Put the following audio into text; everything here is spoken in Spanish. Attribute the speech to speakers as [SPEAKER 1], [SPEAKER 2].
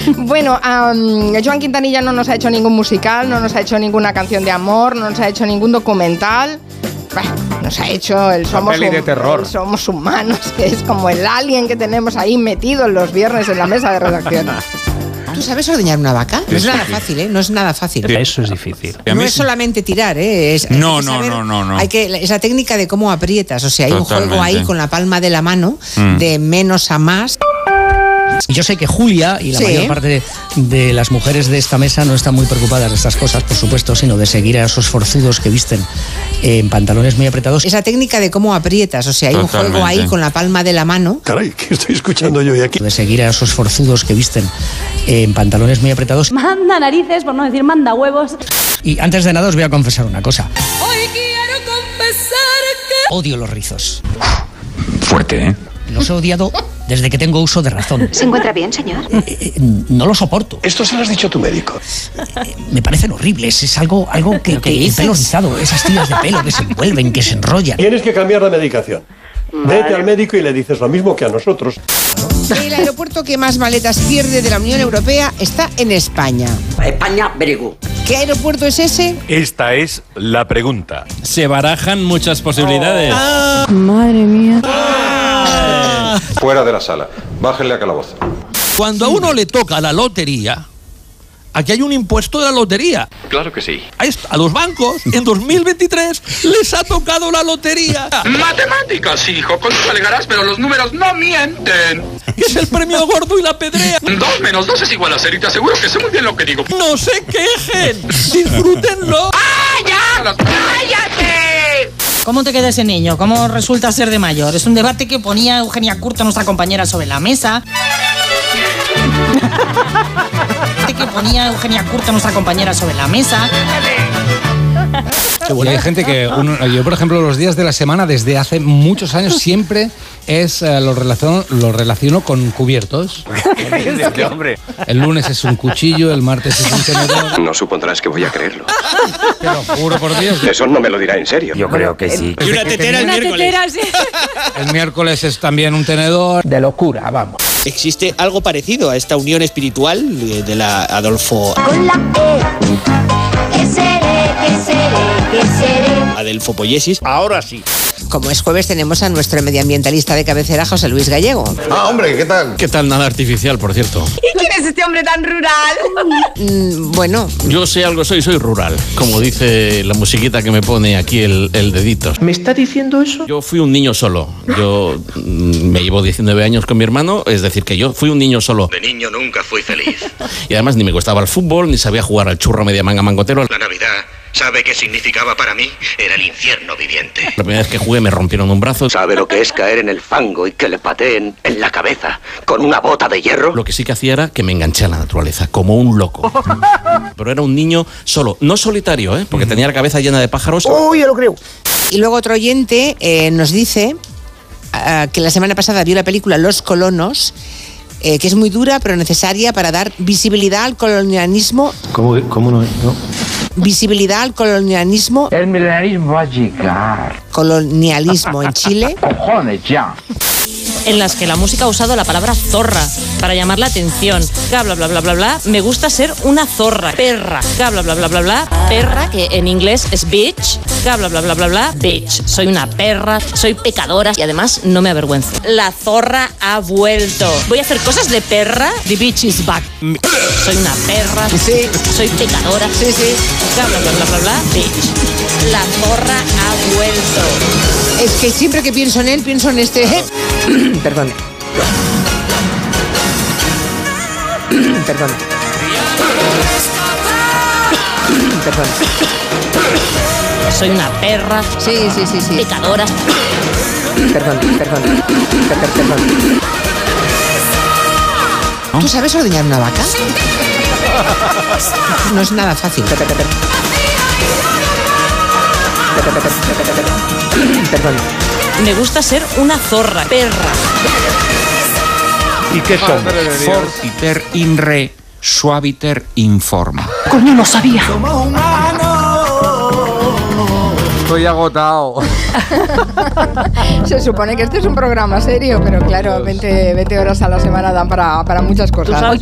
[SPEAKER 1] Bueno, am, Joan Quintanilla no nos ha hecho ningún musical, no nos ha hecho ninguna canción de amor, no nos ha hecho ningún documental. Bah, nos ha hecho el Somos,
[SPEAKER 2] peli de
[SPEAKER 1] Hum-
[SPEAKER 2] terror.
[SPEAKER 1] el Somos Humanos, que es como el alien que tenemos ahí metido los viernes en la mesa de redacción.
[SPEAKER 3] ¿Tú sabes ordeñar una vaca? No es nada fácil, ¿eh? No es nada fácil.
[SPEAKER 4] Eso es difícil.
[SPEAKER 5] Y a
[SPEAKER 3] No
[SPEAKER 5] mí
[SPEAKER 3] es
[SPEAKER 5] sí.
[SPEAKER 3] solamente tirar, ¿eh? Es- hay
[SPEAKER 5] No,
[SPEAKER 3] que
[SPEAKER 5] no, no, no, no.
[SPEAKER 3] Hay que, la- esa técnica de cómo aprietas, o sea, hay un juego
[SPEAKER 5] Totalmente.
[SPEAKER 3] ahí con la palma de la mano,
[SPEAKER 5] Mm.
[SPEAKER 3] de menos a más.
[SPEAKER 4] Y Yo sé que Julia y la
[SPEAKER 3] Sí.
[SPEAKER 4] mayor parte de, de las mujeres de esta mesa no están muy preocupadas de estas cosas, por supuesto, sino de seguir a esos forzudos que visten en pantalones muy apretados.
[SPEAKER 3] Esa técnica de cómo aprietas, o sea, hay un juego
[SPEAKER 5] Totalmente.
[SPEAKER 3] ahí con la palma de la mano.
[SPEAKER 6] Caray, ¿qué estoy escuchando yo hoy aquí?
[SPEAKER 4] de seguir a esos forzudos que visten en pantalones muy apretados.
[SPEAKER 7] Manda narices, por no decir manda huevos.
[SPEAKER 4] Y antes de nada os voy a confesar una cosa.
[SPEAKER 8] Hoy quiero confesar que
[SPEAKER 4] Odio los rizos.
[SPEAKER 5] Fuerte, ¿eh?
[SPEAKER 4] Los he odiado desde que tengo uso de razón.
[SPEAKER 9] ¿Se encuentra bien, señor?
[SPEAKER 4] Eh, No los soporto.
[SPEAKER 6] Esto se lo has dicho tu médico.
[SPEAKER 4] Me parecen horribles. Es algo, algo que, que el pelo rizado, esas tiras de pelo que se envuelven, que se enrollan.
[SPEAKER 6] Tienes que cambiar la medicación. Vete al médico y le dices lo mismo que a nosotros.
[SPEAKER 3] El aeropuerto que más maletas pierde de la Unión Europea está en España.
[SPEAKER 10] España, brego.
[SPEAKER 3] ¿Qué aeropuerto es ese?
[SPEAKER 11] Esta es la pregunta.
[SPEAKER 2] Se barajan muchas posibilidades.
[SPEAKER 10] Ah.
[SPEAKER 7] Madre mía.
[SPEAKER 11] Fuera de la sala. Bájenle a calabozo.
[SPEAKER 10] Cuando a uno le toca la lotería, aquí hay un impuesto de la lotería.
[SPEAKER 11] Claro que sí.
[SPEAKER 10] A est- A los bancos, en 2023, les ha tocado la lotería.
[SPEAKER 11] Matemáticas, hijo. Consalegarás, pero los números no mienten.
[SPEAKER 10] que Es el premio gordo y la pedrea.
[SPEAKER 11] Dos menos dos es igual a cero y te aseguro que sé muy bien lo que digo.
[SPEAKER 10] No se quejen. Disfrútenlo.
[SPEAKER 8] ¿Cómo te queda ese niño? ¿Cómo resulta ser de mayor? Es un debate que ponía Eugenia Curto, nuestra compañera, sobre la mesa. Debate que ponía Eugenia Curto, nuestra compañera, sobre la mesa.
[SPEAKER 2] Y hay gente que, uno- yo por ejemplo, los días de la semana desde hace muchos años siempre es eh, lo relaciono, lo relaciono con cubiertos. El lunes es un cuchillo, el martes es un tenedor.
[SPEAKER 6] No supondrás que voy a creerlo.
[SPEAKER 2] Te lo juro por Dios.
[SPEAKER 6] Eso no me lo dirá en serio.
[SPEAKER 10] Yo creo que sí.
[SPEAKER 2] Y una tetera el miércoles. El miércoles es también un tenedor. De locura, vamos.
[SPEAKER 10] Existe algo parecido a esta unión espiritual de la Adolfo
[SPEAKER 9] Con la E. Que seré, que seré, que seré.
[SPEAKER 10] Adelfo Poyesis.
[SPEAKER 11] Ahora sí.
[SPEAKER 3] Como es jueves, tenemos a nuestro medioambientalista de cabecera, José Luis Gallego.
[SPEAKER 11] Ah, hombre, ¿qué tal?
[SPEAKER 10] ¿Qué tal nada artificial, por cierto?
[SPEAKER 9] ¿Y quién es este hombre tan rural?
[SPEAKER 3] Mm, bueno,
[SPEAKER 10] Yo sé algo, soy, soy rural, como dice la musiquita que me pone aquí el, el dedito. ¿Me está diciendo eso? Yo fui un niño solo. Yo mm, me llevo 19 años con mi hermano, es decir, que yo fui un niño solo.
[SPEAKER 11] De niño nunca fui feliz.
[SPEAKER 10] Y además ni me gustaba el fútbol, ni sabía jugar al churro media manga mangotero.
[SPEAKER 11] La Navidad, ¿sabe qué significaba para mí? Era el infierno viviente.
[SPEAKER 10] La primera vez que jugué me rompieron un brazo.
[SPEAKER 6] ¿Sabe lo que es caer en el fango y que le pateen en la cabeza con una bota de hierro?
[SPEAKER 10] Lo que sí que hacía era que me enganché a la naturaleza, como un loco. Pero era un niño solo, no solitario, ¿eh? porque tenía la cabeza llena de pájaros.
[SPEAKER 3] y luego otro oyente eh, nos dice ah, que la semana pasada vio la película Los colonos, eh, que es muy dura pero necesaria para dar visibilidad al colonialismo. ¿Cómo, no? Visibilidad al colonialismo. El milenarismo va a llegar. Colonialismo en Chile.
[SPEAKER 8] En las que la música ha usado la palabra zorra para llamar la atención. Bla, bla, bla, bla, bla, bla. Me gusta ser una zorra. Perra. Bla, bla, bla, bla, bla, bla. Perra, que en inglés es bitch. Bla, bla, bla, bla, bla, bla. Bitch. Soy una perra. Soy pecadora. Y además no me avergüenzo. La zorra ha vuelto. Voy a hacer cosas de perra. The bitch is back. Soy una perra.
[SPEAKER 3] Sí.
[SPEAKER 8] Soy pecadora.
[SPEAKER 3] Sí, sí.
[SPEAKER 8] Bla, bla, bla, bla, bla, bla. Bitch. La zorra ha vuelto.
[SPEAKER 3] Es que siempre que pienso en él, pienso en este. Perdón. Perdón. Perdón.
[SPEAKER 8] Soy una perra.
[SPEAKER 3] Sí, sí, sí, sí.
[SPEAKER 8] Pecadora.
[SPEAKER 3] Perdón, perdón. Per- per- perdón. ¿Tú sabes ordeñar una vaca? No es nada fácil. Per- per- per- per- per- per- per- per- per- per- Perdón.
[SPEAKER 8] Me gusta ser una zorra, perra.
[SPEAKER 2] ¿Y qué son?
[SPEAKER 5] Fortiter in re, suaviter in forma.
[SPEAKER 7] Coño, lo sabía.
[SPEAKER 2] Estoy agotado.
[SPEAKER 1] Se supone que este es un programa serio, pero claro, 20, 20 horas a la semana dan para, para muchas cosas.